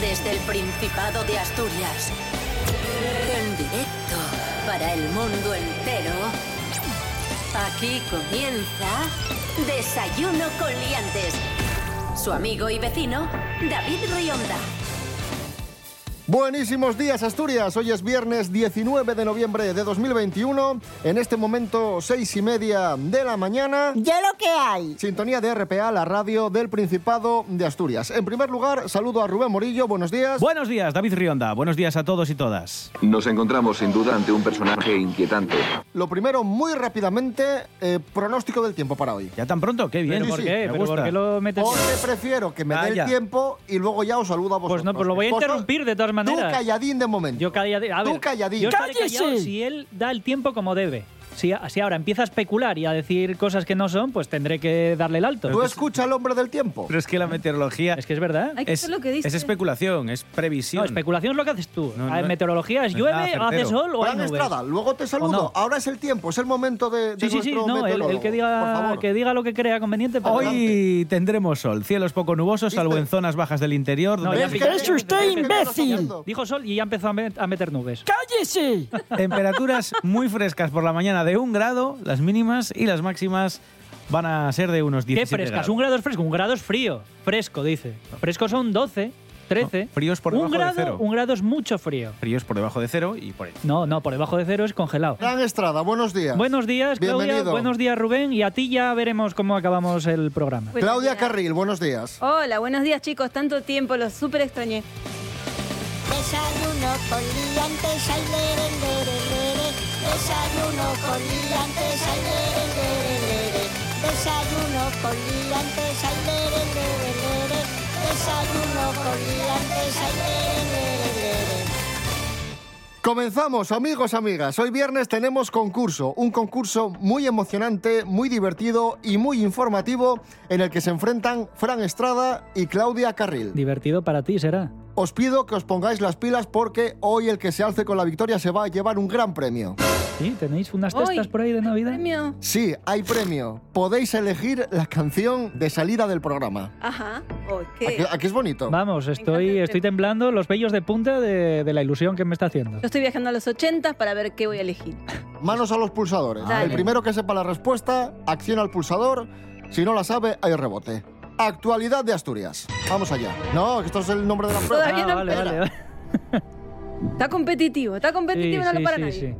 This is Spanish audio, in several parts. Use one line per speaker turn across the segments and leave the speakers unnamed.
Desde el Principado de Asturias. En directo para el mundo entero. Aquí comienza Desayuno con Liantes. Su amigo y vecino, David Rionda.
Buenísimos días Asturias, hoy es viernes 19 de noviembre de 2021, en este momento seis y media de la mañana.
Ya lo que hay.
Sintonía de RPA, la radio del Principado de Asturias. En primer lugar, saludo a Rubén Morillo, buenos días.
Buenos días, David Rionda. Buenos días a todos y todas.
Nos encontramos sin duda ante un personaje inquietante.
Lo primero, muy rápidamente, eh, pronóstico del tiempo para hoy.
¿Ya tan pronto? Qué bien.
¿Pero por
sí,
qué?
me
¿Pero por
gusta.
qué lo metes?
Os prefiero que me dé el
Vaya.
tiempo y luego ya os saludo a vosotros.
Pues no, pues lo voy a
Vosotros-
interrumpir de todas
Tú
maneras.
calladín de momento.
Yo calladín. A
Tú
ver,
calladín.
Yo estaré
¡Cállese!
callado si él da el tiempo como debe. Si, si ahora empieza a especular y a decir cosas que no son, pues tendré que darle el alto.
Tú escucha al hombre del tiempo.
Pero es que la meteorología
Es que es verdad.
Hay que
es,
hacer lo que dice.
es especulación, es previsión.
No, especulación es lo que haces tú.
No,
A ver,
no,
meteorología es
no es nada
llueve, o hace
certero.
sol o hay
Fran
nubes.
Estrada, luego te saludo.
no?
Ahora es el tiempo, es el momento de, de
Sí, sí, sí.
nuestro
No, el, el
meteorólogo.
que
Por
diga,
favor.
que diga lo que crea conveniente. pero-
Hoy tendremos sol, cielos poco nubosos, salvo
¿Viste?
en zonas bajas del interior,
No,
donde
ya
la
¿Ves
sí.
que-
¡Es usted imbécil!
Dijo sol y ya empezó a met- a meter nubes.
¡Cállese!
Temperaturas muy frescas por la mañana de un grado, las mínimas y las máximas van a ser de unos 17
¿Qué frescas?
grados.
Un grado es fresco, un grado es frío. Fresco, dice. Fresco son 12, 13.
No, fríos por
un
debajo de
grado,
cero.
Un grado es mucho frío.
Fríos por debajo de cero y por encima.
No, no, por debajo de cero es congelado.
Fran Estrada, buenos días.
Buenos días, Claudia.
Bienvenido.
Buenos días, Rubén. Y a ti ya veremos cómo acabamos el programa.
Buenos
Claudia
días.
Carril, buenos días.
Hola, buenos días chicos, tanto tiempo, los súper extrañé.
Desayuno con liantes, ay, lere, lere, lere. Desayuno con liantes, ay, lere, lere, lere. Desayuno con liantes, ay, lere, lere, lere. Desayuno con liantes, ay, lere, lere, lere.
Comenzamos, amigos, amigas. Hoy viernes tenemos concurso, un concurso muy emocionante, muy divertido y muy informativo en el que se enfrentan Fran Estrada y Claudia Carril.
Divertido para ti será.
Os pido que os pongáis las pilas porque hoy el que se alce con la victoria se va a llevar un gran premio.
¿Sí? ¿Tenéis unas
Hoy,
testas por ahí de Navidad?
Premio.
Sí, hay premio. Podéis elegir la canción de salida del programa.
Ajá.
Aquí,
Eh,
Ok.
aquí es bonito.
Vamos,
encanta
estoy,
el
estoy temblando los vellos de punta de, de la ilusión que me está haciendo.
Yo estoy viajando a los 80 para ver qué voy a elegir.
Manos a los pulsadores.
Dale.
El primero que sepa la respuesta, acciona el pulsador. Si no la sabe, hay rebote. Actualidad de Asturias. Vamos allá. No, que esto es el nombre de la prueba.
Todavía
Ah,
no
vale,
espera.
vale, vale.
Está competitivo, está competitivo, no lo para nadie.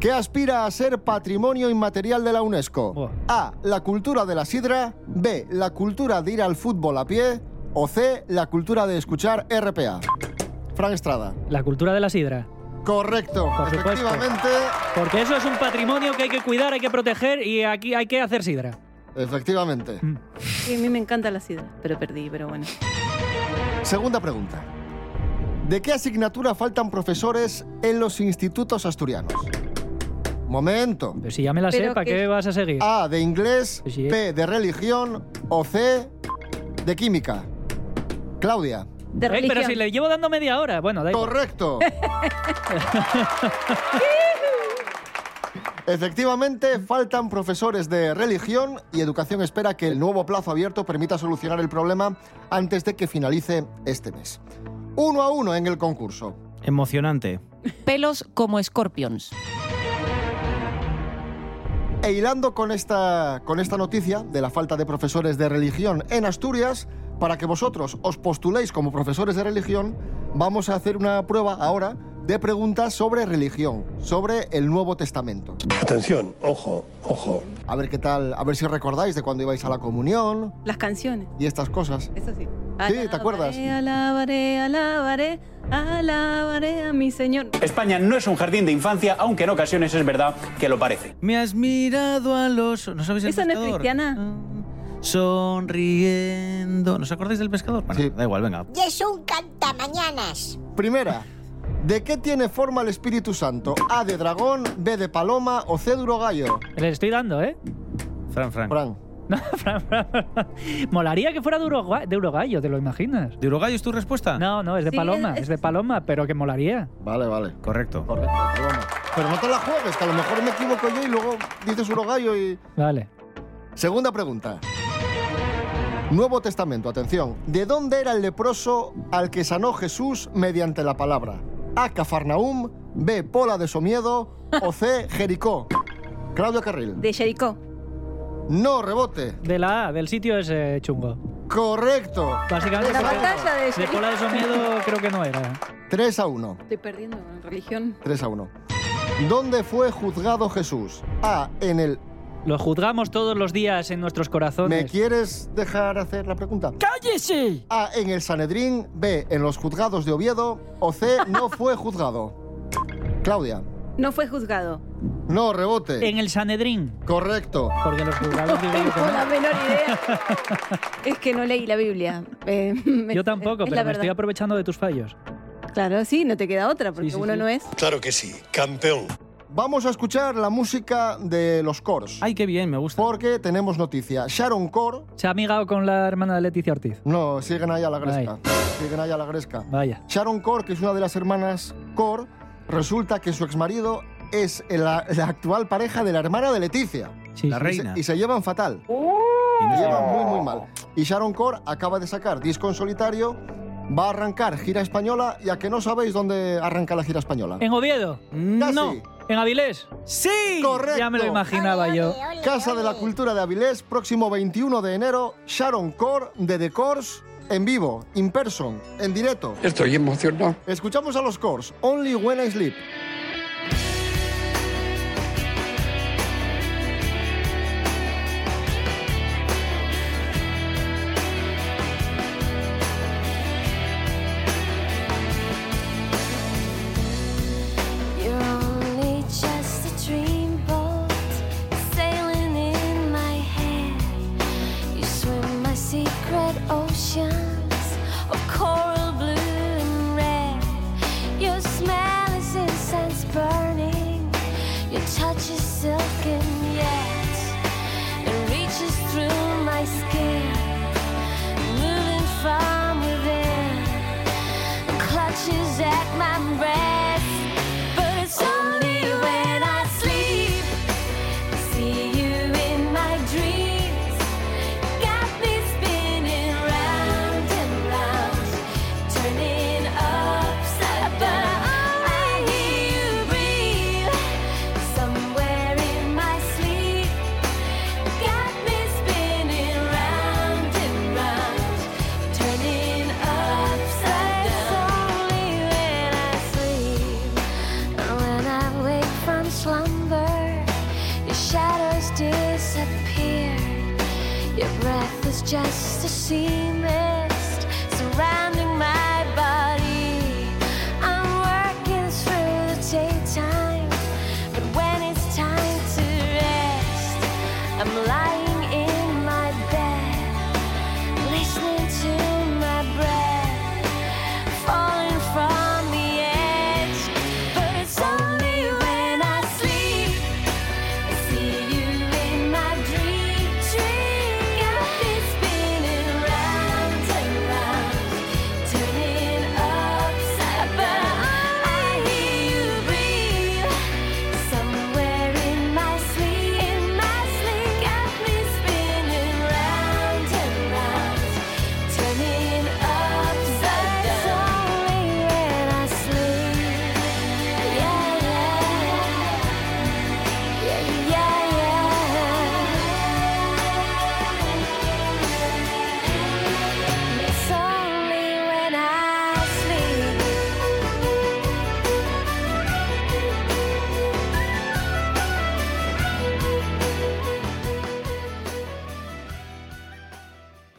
¿Qué aspira a ser patrimonio inmaterial de la UNESCO?
Buah.
A. La cultura de la sidra. B. La cultura de ir al fútbol a pie. O C. La cultura de escuchar RPA. Frank Estrada.
La cultura de la sidra.
Correcto.
Por supuesto.
efectivamente.
Porque eso es un patrimonio que hay que cuidar, hay que proteger y aquí hay que hacer sidra.
Efectivamente.
Mm.
Sí, a mí me encanta la sidra, pero perdí, pero bueno.
Segunda pregunta. ¿De qué asignatura faltan profesores en los institutos asturianos? Momento.
Pero si ya me la sé,
Pero
¿para
que- Ah,
qué vas a seguir?
A de inglés,
Sí.
B de religión o C de química. Claudia.
De
Eh, pero
religión.
si le llevo dando media hora. Bueno, da igual.
Correcto. Efectivamente, faltan profesores de religión y educación espera que el nuevo plazo abierto permita solucionar el problema antes de que finalice este mes. Uno a uno en el concurso.
Emocionante.
pelos como escorpions.
E hilando con esta, con esta noticia de la falta de profesores de religión en Asturias, para que vosotros os postuléis como profesores de religión, vamos a hacer una prueba ahora de preguntas sobre religión, sobre el Nuevo Testamento.
Atención, ojo, ojo.
A ver qué tal, a ver si os recordáis de cuando ibais a la comunión
Las canciones,
y estas cosas.
eso sí.
Sí, ¿te acuerdas?
Alabaré, alabaré, alabaré a mi Señor.
España no es un jardín de infancia, aunque en ocasiones es verdad que lo parece.
Me has mirado a los... ¿No sabéis el
Esa no es
pescador?
cristiana.
Ah, Sonriendo. ¿Nos acordáis del pescador? Bueno,
Sí.
Da igual, venga.
Y es un cantamañanas.
Primera, ¿de qué tiene forma el Espíritu Santo? A de dragón, B de paloma o C de urogallo.
Le estoy dando, ¿eh?
Fran, Fran.
Fran.
No, Fran, Fran, Fran. Molaría que fuera de, Urugua- de Uruguayo, ¿te lo imaginas?
¿De Uruguay es tu respuesta?
No, no, es de
Ah. Sí,
Paloma,
es-
es de Paloma, pero que molaría.
Vale, vale.
Correcto.
Correcto, paloma. Pero no te la juegues, que a lo mejor me equivoco yo y luego dices urogallo y...
Vale.
Segunda pregunta. Nuevo Testamento, atención. ¿De dónde era el leproso al que sanó Jesús mediante la palabra? A. Cafarnaum, B. Pola de Somiedo o C. Jericó. Claudio Carril.
De Jericó.
No, rebote.
De la A, del sitio ese chungo.
Correcto.
Básicamente.
La
porque
batalla de
De
Jericó.
Pola de Somiedo creo que no era.
3 a 1.
Estoy perdiendo en religión.
3 a 1. ¿Dónde fue juzgado Jesús? A. En el.
Lo juzgamos todos los días en nuestros
¿Me
corazones.
quieres dejar hacer la pregunta?
¡Cállese!
A. En el Sanedrín. B. En los juzgados de Oviedo. O C. No fue juzgado. Claudia.
No fue juzgado.
No, rebote.
En el Sanedrín.
Correcto.
Porque los juzgados digo yo que
Tengo
no.
la menor idea. es que no leí la Biblia. Eh, me-
Yo tampoco,
es
pero
la
me estoy
verdad.
aprovechando de tus fallos.
Claro, sí, no te queda otra, porque
sí,
uno
sí.
no es.
Claro que sí, campeón.
Vamos a escuchar la música de los Cors.
Ay, qué bien, me gusta.
Porque tenemos noticia. Sharon Cor.
Se ha amigado con la hermana de Leticia Ortiz.
No, siguen ahí a la gresca. Siguen ahí a la gresca.
Vaya.
Sharon Cor, que es una de las hermanas Cor, resulta que su exmarido es la, la actual pareja de la hermana de Leticia.
Sí,
La
sí.
Y se-
reina.
Y se, llevan fatal.
Oh.
Y no
Se
sé-
llevan muy, muy mal. Y Sharon Cor acaba de sacar disco en solitario, va a arrancar gira española y a que no sabéis dónde arranca la gira española.
En Oviedo.
Casi.
No.
En Avilés.
Sí.
Correcto.
Ya me lo imaginaba yo.
Casa de la Cultura de Avilés, próximo 21 de enero, Sharon Core de The Cores, en vivo, in person, en directo.
Estoy emocionado.
Escuchamos a los Cores, Only When I Sleep.
You're only just a dreamboat sailing in my head. You swim my secret oceans of coral blue and red. Your smell is incense burning. Your touch is silken yet it reaches through my skin, moving from within clutches at my breast. But it's only when I sleep, see you in my dreams. Got me spinning round and round, turning upside down. I hear you breathe somewhere in my sleep. Got me spinning round and round, turning upside down. Only when I sleep, and when I wake from slumber, your shadows disappear. Your breath is just a sea mist surrounding my body. I'm working through the daytime, but when it's time to rest, I'm lying in my bed, listening to my breath falling from the edge. But it's only when I sleep. I see you in my dream. Dream got me spinning round and round, turning upside down. I hear you breathe somewhere in my sleep. In my sleep, got me spinning round and round, turning upside down. Only when I sleep. Yeah, yeah. Yeah, yeah, yeah. It's only when I sleep.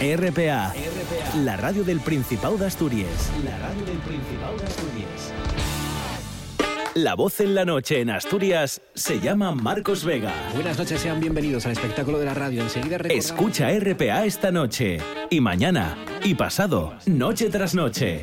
RPA, la radio del Principado de Asturias. La radio del Principado de Asturias. La voz en la noche en Asturias se llama Marcos Vega.
Buenas noches, sean bienvenidos al espectáculo de la radio. Enseguida recordamos-
Escucha RPA esta noche y mañana y pasado, noche tras noche.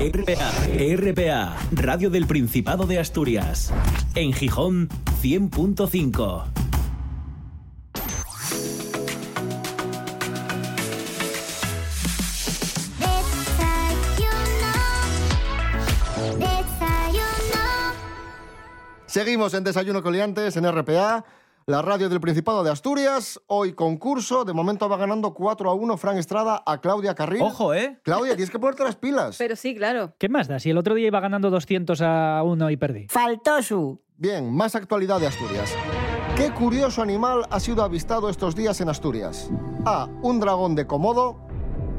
RPA, RPA, Radio del Principado de Asturias. En Gijón, 100.5.
Desayuno. Desayuno.
Seguimos en Desayuno con Liantes en RPA, la radio del Principado de Asturias. Hoy concurso, de momento va ganando 4 a 1 Fran Estrada a Claudia Carril.
Ojo, ¿eh?
Claudia, tienes que ponerte las pilas.
Pero sí, claro.
¿Qué más da? Si el otro día iba ganando 200 a 1 y perdí.
Faltó su. Bien, más actualidad de Asturias. ¿Qué curioso animal ha sido avistado estos días en Asturias? A. Un dragón de Komodo.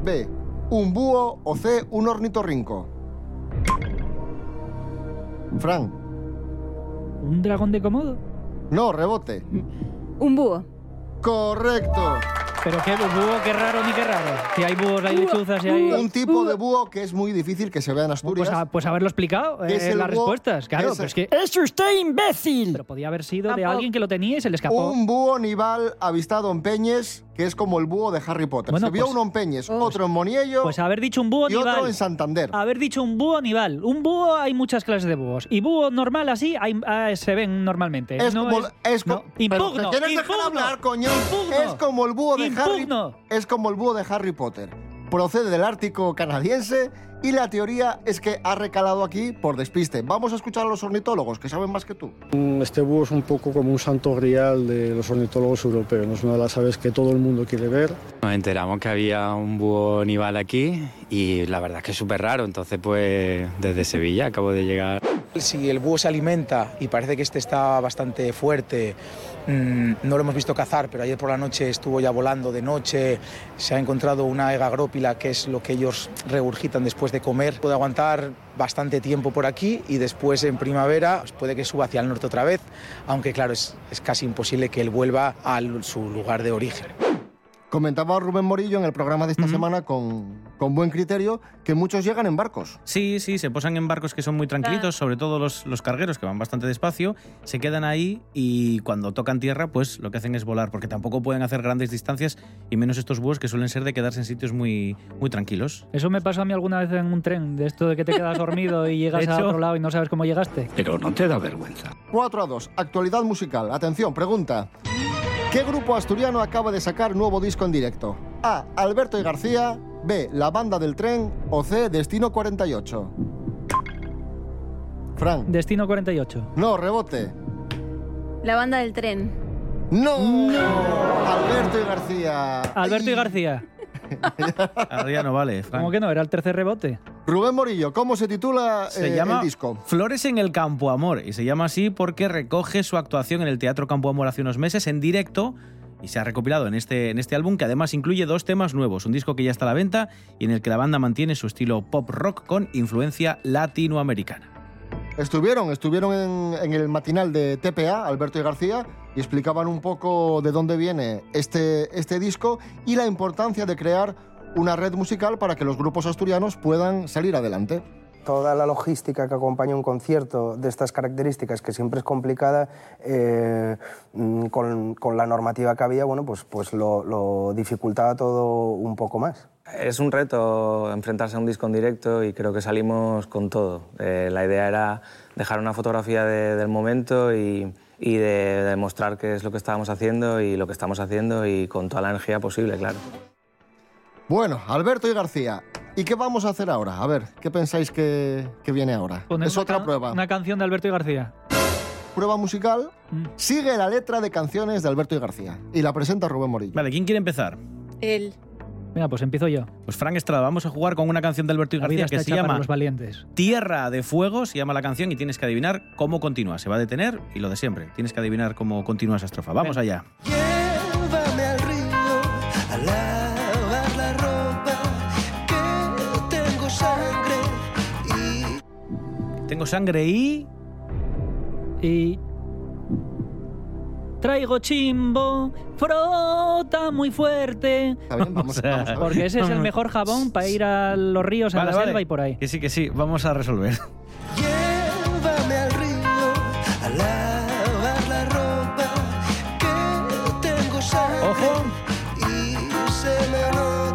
B. Un búho. O C. Un ornitorrinco. Fran.
¿Un dragón de Komodo?
No, rebote.
Un búho.
Correcto.
Pero qué búho, qué raro ni qué raro. Si hay búhos, hay lechuzas y hay...
Un tipo de búho que es muy difícil que se vea en Asturias.
Pues, a- pues haberlo explicado
¿Qué es
eh,
el
las
búho?
respuestas.
¿Qué
Claro,
es
pero
el-
es que...
¡Es usted imbécil!
Pero podía haber sido de
Tampoco.
alguien que lo tenía y se le escapó.
Un búho nival avistado en Peñes, que es como el búho de Harry Potter.
Bueno,
se vio
pues-
uno en Peñes, otro en Moniello
Pues haber dicho un búho
y otro
nival.
en Santander.
Haber dicho un búho nival. Un búho hay muchas clases de búhos. Y búho normal así hay- ah, se ven normalmente.
Es
No
como, es
no.
co- pero
Impugno,
¿te quieres dejar
impugno,
hablar, coño?
impugno,
Es como el búho de
impugno.
Harry Es como el búho de Harry Potter. Procede del Ártico canadiense y la teoría es que ha recalado aquí por despiste. Vamos a escuchar a los ornitólogos que saben más que tú.
Mm, Este búho es un poco como un santo grial de los ornitólogos europeos, ¿no? es una de las aves que todo el mundo quiere ver.
Nos enteramos que había un búho nival aquí y la verdad es que es súper raro, entonces pues desde Sevilla acabo de llegar.
Si el búho se alimenta y parece que este está bastante fuerte, mm, no lo hemos visto cazar, pero ayer por la noche estuvo ya volando de noche, se ha encontrado una egagrópila, que es lo que ellos regurgitan después de comer. Puede aguantar bastante tiempo por aquí y después en primavera pues, puede que suba hacia el norte otra vez, aunque claro, es, es casi imposible que él vuelva a su lugar de origen.
Comentaba Rubén Morillo en el programa de esta semana con, con buen criterio que muchos llegan en barcos.
Sí, sí, se posan en barcos que son muy tranquilitos, sobre todo los, los cargueros que van bastante despacio, se quedan ahí y cuando tocan tierra, pues lo que hacen es volar, porque tampoco pueden hacer grandes distancias y menos estos búhos que suelen ser de quedarse en sitios muy, muy tranquilos.
Eso me pasó a mí alguna vez en un tren, de esto de que te quedas dormido y llegas
De
a
hecho-
otro lado y no sabes cómo llegaste.
Pero no te da vergüenza. 4 a 2. Actualidad musical. Atención, pregunta. ¿Qué grupo asturiano acaba de sacar nuevo disco en directo? A. Alberto y García. B. La banda del tren. O C. Destino 48. Frank.
Destino 48.
No, rebote.
La banda del tren.
No. Alberto y García.
Alberto y García.
Ahora ya no vale, Frank.
¿Cómo que no? Era el tercer rebote.
Rubén Morillo, ¿cómo se titula
Se
eh,
llama
el disco?
Flores en el Campo Amor y se llama así porque recoge su actuación en el Teatro Campo Amor hace unos meses en directo y se ha recopilado en este, en este álbum que además incluye dos temas nuevos, un disco que ya está a la venta y en el que la banda mantiene su estilo pop rock con influencia latinoamericana.
Estuvieron, estuvieron en, en el matinal de TPA, Alberto y García, y explicaban un poco de dónde viene este, este disco y la importancia de crear una red musical para que los grupos asturianos puedan salir adelante.
Toda la logística que acompaña un concierto de estas características, que siempre es complicada, eh, mm, con, con la normativa que había, bueno, pues, pues lo, lo dificultaba todo un poco más.
Es un reto enfrentarse a un disco en directo y creo que salimos con todo. Eh, la idea era dejar una fotografía de- del momento y, y de demostrar qué es lo que estábamos haciendo y lo que estamos haciendo y con toda la energía posible, claro.
Bueno, Alberto y García, ¿y qué vamos a hacer ahora? A ver, ¿qué pensáis que, que viene ahora?
Poner
es
una
otra
ca-
prueba.
Una canción de Alberto y García.
Prueba musical.
Mm.
Sigue la letra de canciones de Alberto y García y la presenta Rubén Morillo.
Vale, ¿quién quiere empezar?
Él.
Mira, pues empiezo yo.
Pues Frank Estrada, vamos a jugar con una canción de Alberto y
La vida
García que
está
se
hecha para
llama
los valientes.
Tierra de Fuego, se llama la canción y tienes que adivinar cómo continúa. Se va a detener y lo de siempre. Tienes que adivinar cómo continúa esa estrofa. Vamos allá.
Llévame al río a lavar la ropa que tengo sangre y
Tengo sangre y.
Y. Traigo chimbo, frota muy fuerte.
vamos, vamos a ver.
Porque ese es el mejor jabón para ir a los ríos, a
Vale,
la
vale.
selva y por ahí.
Que sí, que sí, vamos a resolver.
llévame al río a lavar la ropa que tengo sangre y se me nota.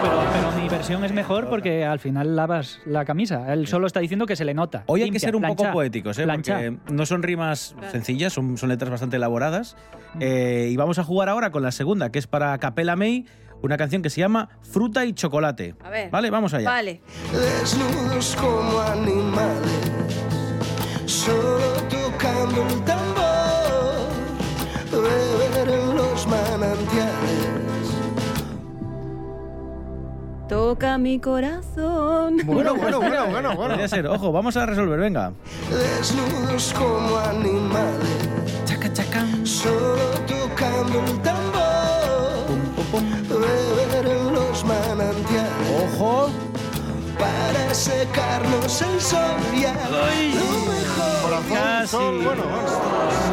Pero, pero mi versión es mejor porque al final lavas la camisa. Él solo está diciendo que se le nota.
Hoy hay que
Limpia,
ser un
plancha,
poco poéticos, ¿eh?
plancha.
porque no son rimas sencillas, son, son letras bastante elaboradas.
Mm.
Eh, y vamos a jugar ahora con la segunda, que es para Capela May, una canción que se llama Fruta y Chocolate.
A ver.
Vale, vamos allá.
Vale. Desnudos como animales, solo tocando el tambor, beber en los manantiales.
Toca mi corazón.
Podría ser, ojo, vamos a resolver, venga.
Desnudos como animales, solo tocando el tambor, beber en los manantiales.
Ojo.
Para secarnos el sol y a lo mejor.
Corazón, sol, bueno, bueno.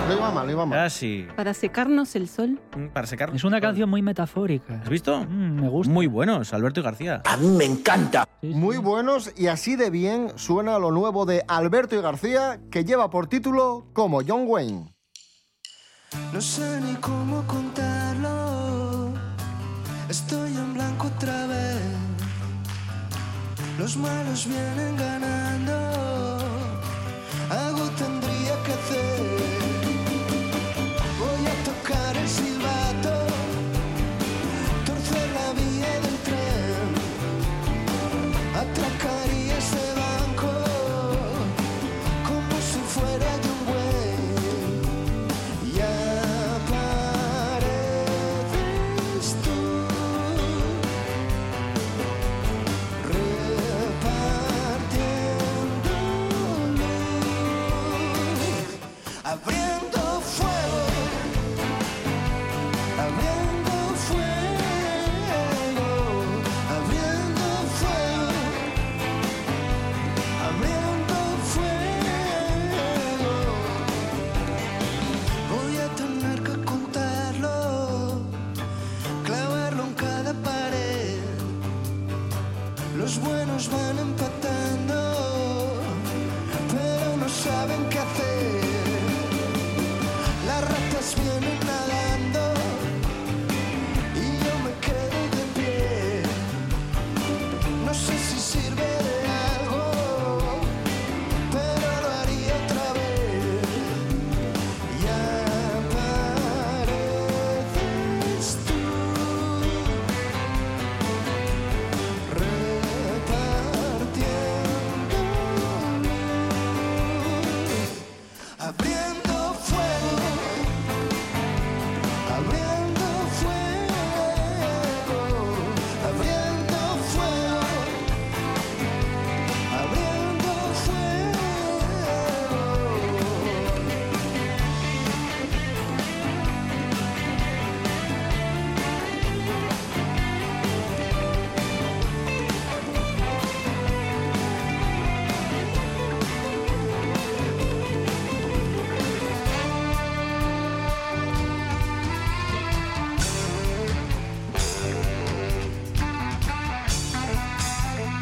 Lo iba mal, lo iba mal.
Casi.
Para secarnos el sol.
Mm, Para secar.
Es una canción muy metafórica.
¿Has visto?
me gusta.
Muy buenos, Alberto y García.
A mí me encanta. Muy buenos y así de bien suena lo nuevo de Alberto y García, que lleva por título como John Wayne.
No sé ni cómo contarlo. Estoy en blanco otra vez. Los malos vienen ganando. Algo tendría que hacer. Voy a tocar el silbato. Torcer la vía del tren. Atracaría ese banco. Como si fuera de un güey. Y apareces tú, repartiendo luz, abriendo fuego, abriendo fuego, abriendo fuego, abriendo fuego. Voy a tener que contarlo, clavarlo en cada pared. Los buenos van empatando, pero no saben qué hacer. Las ratas vienen nadando y yo me quedo de pie. No sé si sirve de algo, pero lo haría otra vez. Y apareces tú, repartiendo luz, abriendo fuego, abriendo fuego, abriendo fuego, abriendo fuego.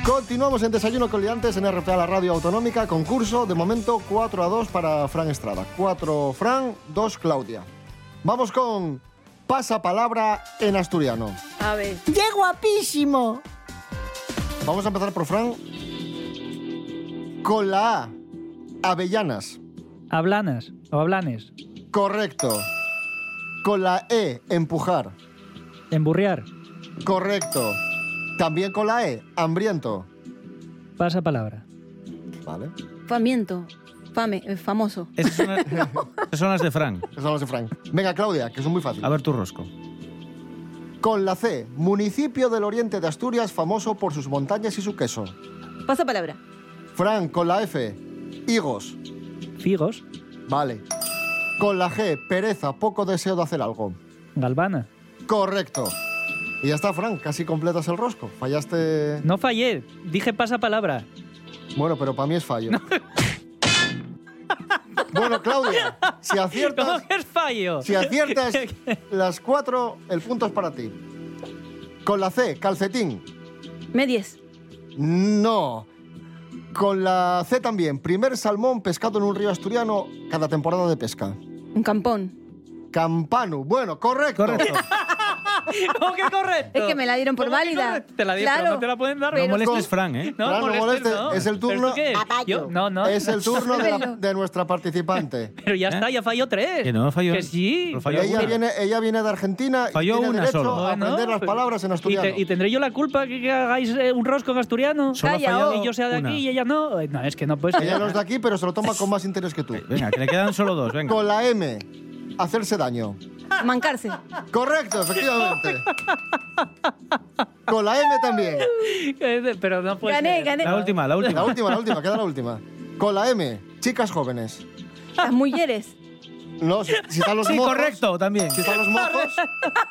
Continuamos en Desayuno con Liantes en RPA, la radio autonómica, concurso, de momento 4 a 2 para Fran Estrada. 4 Fran, 2 Claudia. Vamos con pasapalabra en asturiano.
A ver.
¡Qué guapísimo!
Vamos a empezar por Fran. Con la A, avellanas.
Hablanas o hablanes.
Correcto. Con la E, empujar.
Emburriar.
Correcto. También con la E, hambriento.
Pasa palabra.
Vale.
Famiento. Fame. eh, Famoso.
Esas son, las- esas son las de Frank.
Esas son las de Frank. Venga, Claudia, que son muy fáciles.
A ver tu rosco.
Con la C, municipio del oriente de Asturias famoso por sus montañas y su queso.
Pasa palabra.
Fran, con la F, higos.
Figos.
Vale. Con la G, pereza, poco deseo de hacer algo.
Galvana.
Correcto. Y ya está, Fran, casi completas el rosco. Fallaste...
No fallé, dije pasa palabra.
Bueno, pero para mí es fallo. bueno, Claudia, si aciertas...
¿Cómo que es fallo?
Si aciertas las cuatro, el punto es para ti. Con la C, calcetín.
Medias.
No. Con la C también, primer salmón pescado en un río asturiano cada temporada de pesca.
Un campón.
Campanu. Bueno, correcto.
¿Cómo que correcto?
Es que me la dieron por
¿Cómo que
válida.
correcto? Te la dieron,
Claro.
no te la pueden dar.
No molestes, Fran, ¿eh?
No,
Fran, no
molestes,
molestes,
no.
es el
¿Pero
turno-
esto qué es?
Apaño.
Yo- no, no.
Es el turno de, la-
Suéltelo.
de nuestra participante.
Pero ya está, ya falló tres.
Que no, falló-
¿Eh? Que sí.
pero falló
ella,
una.
viene, ella viene de Argentina y
Falló
tiene
una
derecho
solo.
a
Bueno,
aprender las
pues-
palabras en
¿Y,
asturiano.
te- y tendré yo la culpa que, que hagáis eh, un rosco en asturiano?
Solo ha Calla, fallado
oh.
y oh. yo sea de
una.
aquí y ella no. Eh, No, es que no puedes.
Ella no es de aquí, pero se lo toma con más interés que tú.
Venga, que le quedan solo dos, venga.
Con la M, hacerse daño.
Mancarse.
Correcto, efectivamente. Con la M también.
Pero no puedes.
Gané, gané.
La última, la última.
La última, la última, queda la última. Con la M, chicas jóvenes.
Las mujeres.
No, si, si están los
Sí,
mozos.
correcto, también.
Si están los mozos.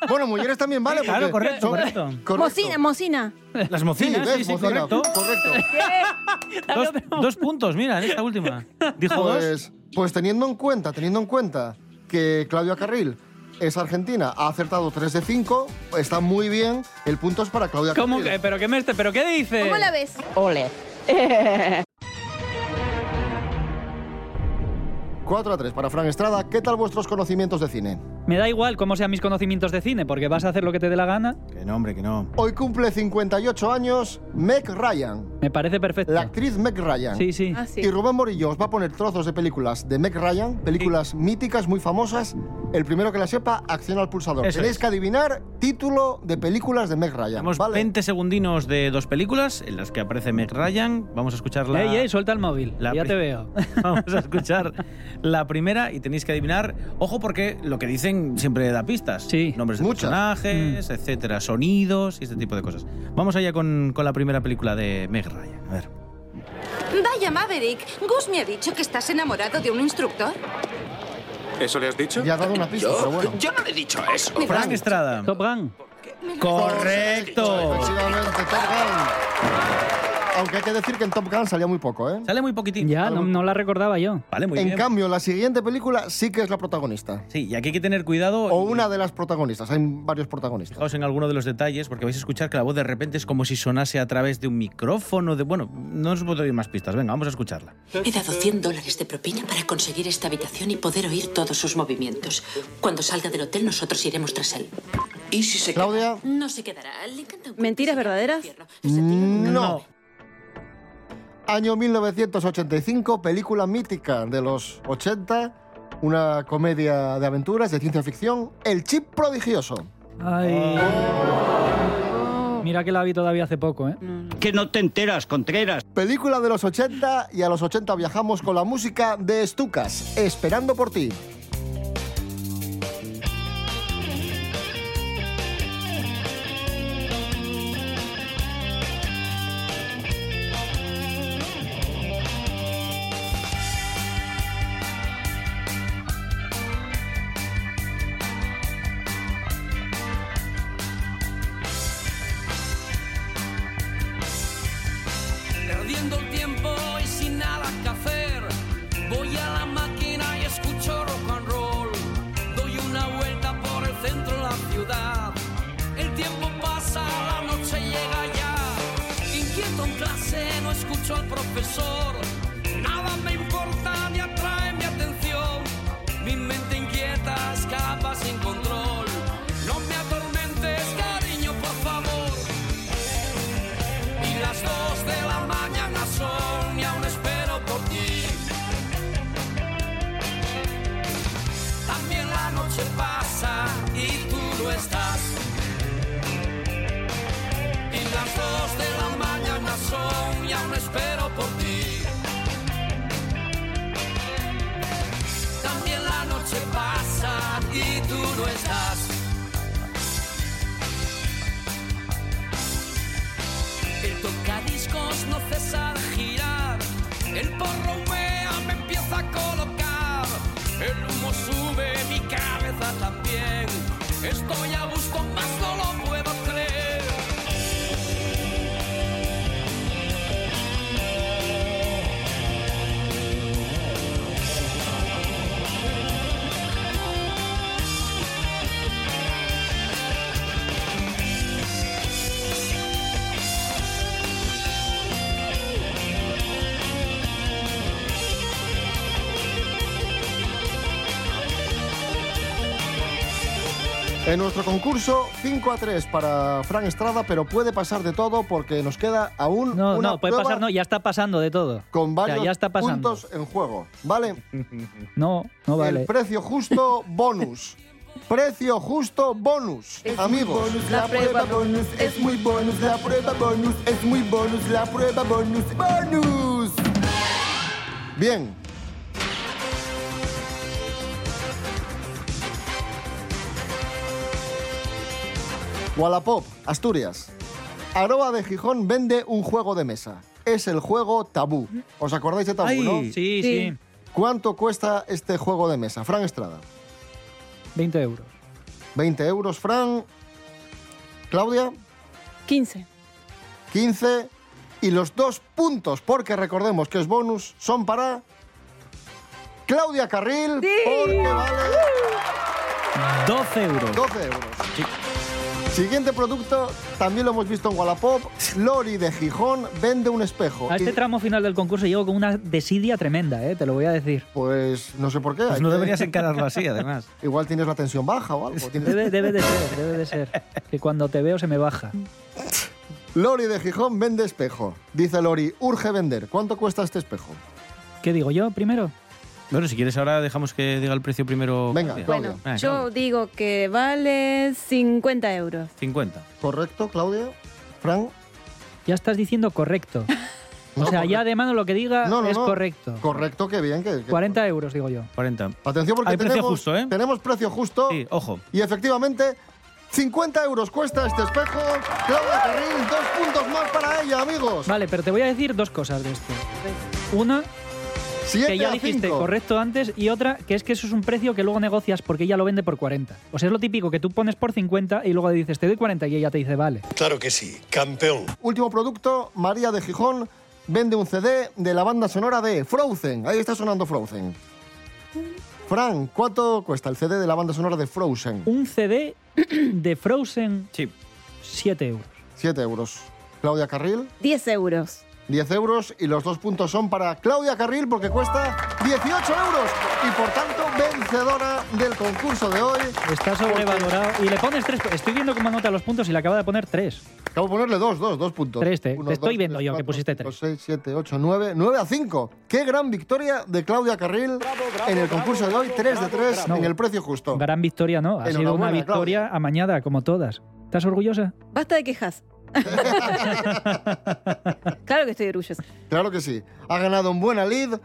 Bueno, mujeres también vale.
Sí, claro,
porque
correcto,
son-
correcto.
Mocina, mocina.
Las
Sí,
mocinas, sí,
ves,
sí,
mocina,
correcto.
correcto.
Dos, dos puntos, mira, en esta última. Dijo dos.
Pues, pues teniendo en cuenta, teniendo en cuenta que Claudia Carril es argentina, ha acertado 3 de 5, está muy bien, el punto es para Claudia
¿Cómo
Carril.
que? ¿Pero qué me este? ¿Pero qué dices?
¿Cómo la ves?
Ole.
4 a 3 para Fran Estrada. ¿Qué tal vuestros conocimientos de cine?
Me da igual cómo sean mis conocimientos de cine, porque vas a hacer lo que te dé la gana.
Que no, hombre, que no.
Hoy cumple 58 años Meg Ryan,
Me parece perfecto.
la actriz Meg Ryan.
Sí, sí.
Ah, sí.
Y Rubén Morillo os va a poner trozos de películas de Meg Ryan, películas míticas, muy famosas. El primero que la sepa, acciona al pulsador.
Eso
Tenéis
es.
que adivinar título de películas de Meg Ryan.
Tenemos
¿vale?
20 segundinos de dos películas en las que aparece Meg Ryan. Vamos a escuchar la.
Ey, ey, suelta el móvil.
la
ya
pri-
te veo.
Vamos a escuchar la primera y tenéis que adivinar. Ojo, porque lo que dicen siempre da pistas.
Sí. Mm.
Nombres de
Muchas.
personajes, etcétera, sonidos y este tipo de cosas. Vamos allá con, con la primera película de Meg Ryan. A ver.
Vaya Maverick, Gus me ha dicho que estás enamorado de un instructor.
¿Eso le has dicho?
Ya ha dado una pista, pero bueno.
yo no le he dicho eso.
Frank Estrada.
Top Gun.
Correcto.
Efectivamente, Top Gun. Aunque hay que decir que en Top Gun salía muy poco, ¿eh?
Sale muy poquitín.
Ya, no, no la recordaba yo.
Vale, muy
en
bien.
cambio, la siguiente película sí que es la protagonista.
Sí, y aquí hay que tener cuidado.
O
y-
una de las protagonistas. Hay varios protagonistas.
Fijaos en alguno de los detalles, porque vais a escuchar que la voz de repente es como si sonase a través de un micrófono. De, bueno, no os puedo dar más pistas. Venga, vamos a escucharla.
He dado 100 dólares de propina para conseguir esta habitación y poder oír todos sus movimientos. Cuando salga del hotel, nosotros iremos tras él.
¿Y si se
Claudia,
No se quedará. Le encanta un
¿Mentiras verdaderas?
Mm, no. Año 1985, película mítica de los 80, una comedia de aventuras, de ciencia ficción, El Chip Prodigioso.
Ay. Mira que la vi todavía hace poco, ¿eh?
Que no te enteras, Contreras.
Película de los 80 y a los 80 viajamos con la música de Stukas, Esperando por ti.
Perdiendo el tiempo y sin nada que hacer. Voy a la máquina y escucho rock and roll. Doy una vuelta por el centro de la ciudad. El tiempo pasa, la noche llega ya. Inquieto en clase, no escucho al profesor. Nada me importa ni atrae mi atención. Mi mente inquieta escapa sin control. No me atormentes, cariño, por favor. Y las dos de la mañana son y aún espero por ti. También la noche pasa y tú no estás. Y las dos de la mañana son y aún espero por ti. También la noche pasa y tú no estás. cesar girar. El porro humea, me empieza a colocar. El humo sube, mi cabeza también. Estoy a gusto, más no lo puedo creer.
En nuestro concurso, 5 a 3 para Fran Estrada, pero puede pasar de todo porque nos queda aún
No,
una
no, puede
prueba
pasar, no, ya está pasando de todo.
con
O sea,
varios
ya está pasando.
puntos en juego, ¿vale?
No, no
El
vale.
precio justo bonus. Precio justo bonus, amigos.
la prueba bonus es muy bonus, la prueba bonus es muy bonus, la prueba bonus, bonus.
Bien. Wallapop, Asturias. Aroa de Gijón vende un juego de mesa. Es el juego Tabú. ¿Os acordáis de Tabú,
Ay,
no?
sí, Sí. sí.
¿Cuánto cuesta este juego de mesa? Fran Estrada.
20 euros.
20 euros, Fran. Claudia.
15.
15. Y los dos puntos, porque recordemos que es bonus, son para Claudia Carril, porque vale
12 euros.
12 euros. Siguiente producto, también lo hemos visto en Wallapop. Lori de Gijón vende un espejo.
A este
Y,
tramo final del concurso llego con una desidia tremenda, ¿eh? te lo voy a decir.
pues no sé por qué.
Pues
hay
no
que-
deberías encararlo así, además.
Igual tienes la tensión baja o algo. tienes-
Debe, debe de ser, debe de ser. Que cuando te veo se me baja.
Lori de Gijón vende espejo. Dice Lori, urge vender. ¿Cuánto cuesta este espejo?
¿Qué digo yo primero?
Bueno, si quieres ahora dejamos que diga el precio primero.
Venga, Claudia.
Bueno,
Yo digo que vale 50 euros.
50.
¿Correcto, Claudia? ¿Fran?
Ya estás diciendo correcto. O sea, ya de mano lo que diga
No, no,
Ah, es
no.
correcto.
Correcto, qué bien. Que, que-
40 euros, digo yo.
40.
Atención porque
Hay precio
tenemos,
justo, ¿eh?
tenemos precio justo.
Sí, ojo.
Y efectivamente, 50 euros cuesta este espejo. Claudia Carril, dos puntos más para ella, amigos.
Vale, pero te voy a decir dos cosas de esto. Una,
Siete
que ya
a
dijiste
cinco.
correcto antes, y otra, que es que eso es un precio que luego negocias porque ella lo vende por 40. O sea, es lo típico que tú pones por 50 y luego le dices, te doy 40 y ella te dice, vale.
Claro que sí, campeón.
Último producto, María de Gijón vende un CD de la banda sonora de Frozen. Ahí está sonando Frozen. Fran, ¿cuánto cuesta el CD de la banda sonora de Frozen?
Un CD de Frozen,
Sí.
7 euros.
7 euros. Claudia Carril,
10 euros.
10 euros. Y los dos puntos son para Claudia Carril porque cuesta 18 euros. Y por tanto, vencedora del concurso de hoy.
Está sobrevalorado. Y le pones 3. Estoy viendo cómo anota los puntos y le acaba de poner 3.
Acabo de ponerle dos, dos, dos puntos.
Tres, te-
Uno,
te estoy viendo yo que
cuatro,
pusiste
cinco, seis, siete, ocho, nueve. Nueve a cinco. Qué gran victoria de Claudia Carril en el concurso de hoy. Tres de tres en el precio justo.
Gran victoria, ¿no? Ha sido una
Enhorabuena,
victoria amañada, como todas. ¿Estás orgullosa?
Basta de quejas. claro que estoy orgullosa.
Claro que sí. Ha ganado un buena lead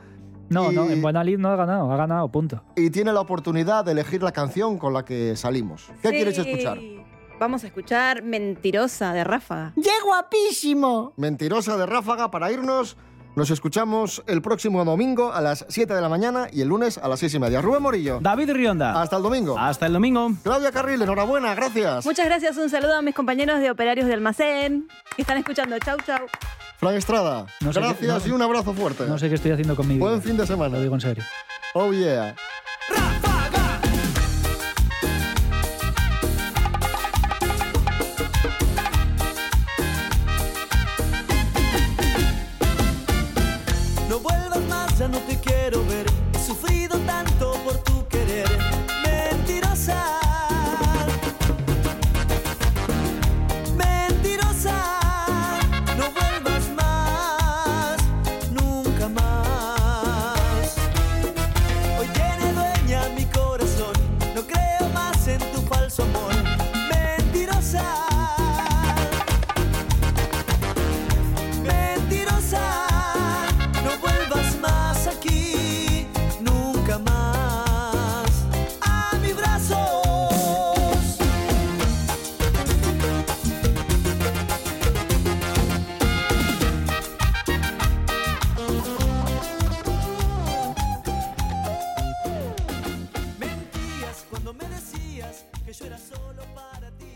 No,
Y-
no, en Buenalid no ha ganado, ha ganado, punto.
y tiene la oportunidad de elegir la canción con la que salimos. ¿Qué
Sí.
quieres escuchar?
Vamos a escuchar Mentirosa de Ráfaga.
¡Qué guapísimo!
Mentirosa de Ráfaga para irnos. Nos escuchamos el próximo domingo a las 7 de la mañana y el lunes a las 6 y media. Rubén Morillo.
David Rionda.
Hasta el domingo.
Ah.
Hasta el domingo.
Claudia Carril, enhorabuena, gracias.
Muchas gracias, un saludo a mis compañeros de Operarios de Almacén que están escuchando. Chau, chau.
Fran Estrada,
No sé qué-
gracias
no-
y un abrazo fuerte.
No sé qué estoy haciendo con mi vida.
Buen fin de semana.
Lo digo en serio.
Oh yeah.
No vuelvas más, ya no te quiero ver. He sufrido tanto por tu querer. Mentirosa. Mentirosa. No vuelvas más, nunca más. Hoy tiene dueña mi corazón. No creo más en tu falso amor. Mentirosa. Mentirosa, no vuelvas más aquí, nunca más.
que yo era solo para ti.